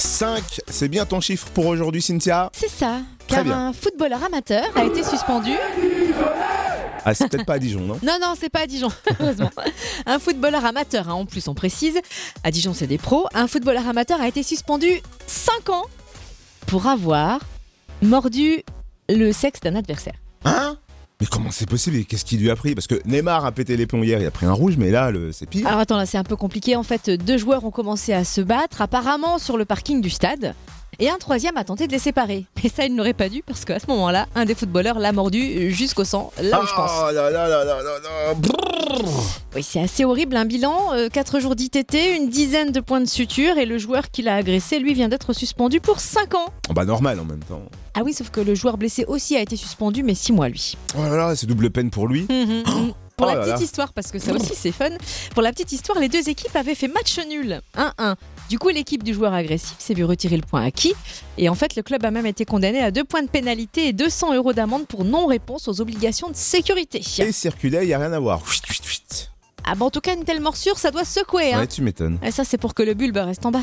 5, c'est bien ton chiffre pour aujourd'hui, Cynthia C'est ça. Très Car bien. un footballeur amateur a été suspendu. Ah, c'est peut-être pas à Dijon, non Non, non, c'est pas à Dijon, heureusement. Un footballeur amateur, hein, en plus on précise. À Dijon, c'est des pros. Un footballeur amateur a été suspendu 5 ans pour avoir mordu le sexe d'un adversaire. Hein Mais comment c'est possible et qu'est-ce qu'il lui a pris Parce que Neymar a pété les plombs hier, il a pris un rouge, mais là, le... c'est pire. Alors attends, là c'est un peu compliqué. En fait, deux joueurs ont commencé à se battre, apparemment sur le parking du stade. Et un troisième a tenté de les séparer. Mais ça, il n'aurait pas dû, parce qu'à ce moment-là, un des footballeurs l'a mordu jusqu'au sang, là où je pense. Ah, là, là, là, là, là, là. Brrr. Oui, c'est assez horrible, un bilan, 4 jours d'ITT, une dizaine de points de suture et le joueur qui l'a agressé, lui, vient d'être suspendu pour 5 ans. Oh, Bah, normal en même temps. Ah oui, sauf que le joueur blessé aussi a été suspendu, mais 6 mois, lui. Oh là là, c'est double peine pour lui. Pour Oh la là petite là. histoire, parce que ça aussi c'est fun, pour la petite histoire, les deux équipes avaient fait match nul, 1-1. Du coup, l'équipe du joueur agressif s'est vue retirer le point acquis. Et en fait, le club a même été condamné à 2 points de pénalité et 200 euros d'amende pour non-réponse aux obligations de sécurité. Et circuler, il n'y a rien à voir. Chut, chut, chut. Ah bah en tout cas, une telle morsure, ça doit secouer. Hein. Ouais, tu m'étonnes. Et ça, c'est pour que le bulbe reste en bas.